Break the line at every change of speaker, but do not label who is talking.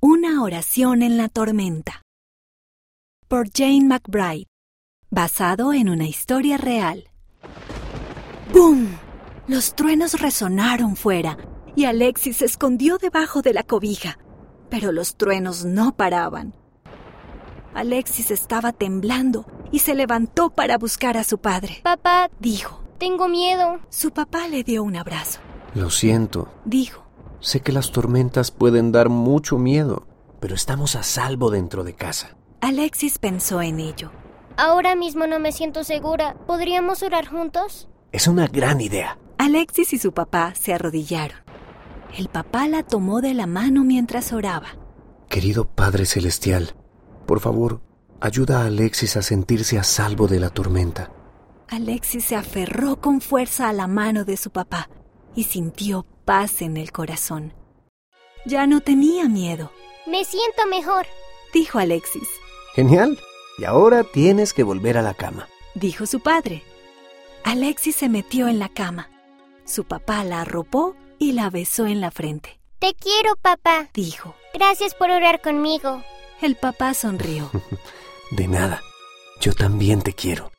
Una oración en la tormenta. Por Jane McBride. Basado en una historia real. ¡Bum! Los truenos resonaron fuera y Alexis se escondió debajo de la cobija. Pero los truenos no paraban. Alexis estaba temblando y se levantó para buscar a su padre.
Papá,
Dijo.
tengo miedo.
Su papá le dio un abrazo.
Lo siento,
Dijo.
sé que las tormentas pueden dar mucho miedo, pero estamos a salvo dentro de casa.
Alexis pensó en ello.
Ahora mismo no me siento segura. ¿Podríamos orar juntos?
Es una gran idea.
Alexis y su papá se arrodillaron. El papá la tomó de la mano mientras oraba.
Querido Padre Celestial, por favor, ayuda a Alexis a sentirse a salvo de la tormenta.
Alexis se aferró con fuerza a la mano de su papá y sintió paz en el corazón. Ya no tenía miedo,
Me siento mejor.
dijo Alexis,
Genial. Y ahora tienes que volver a la cama.
dijo su padre. Alexis se metió en la cama. Su papá la arropó y la besó en la frente,
Te quiero, papá.
dijo.
Gracias por orar conmigo.
El papá sonrió.
De nada. Yo también te quiero.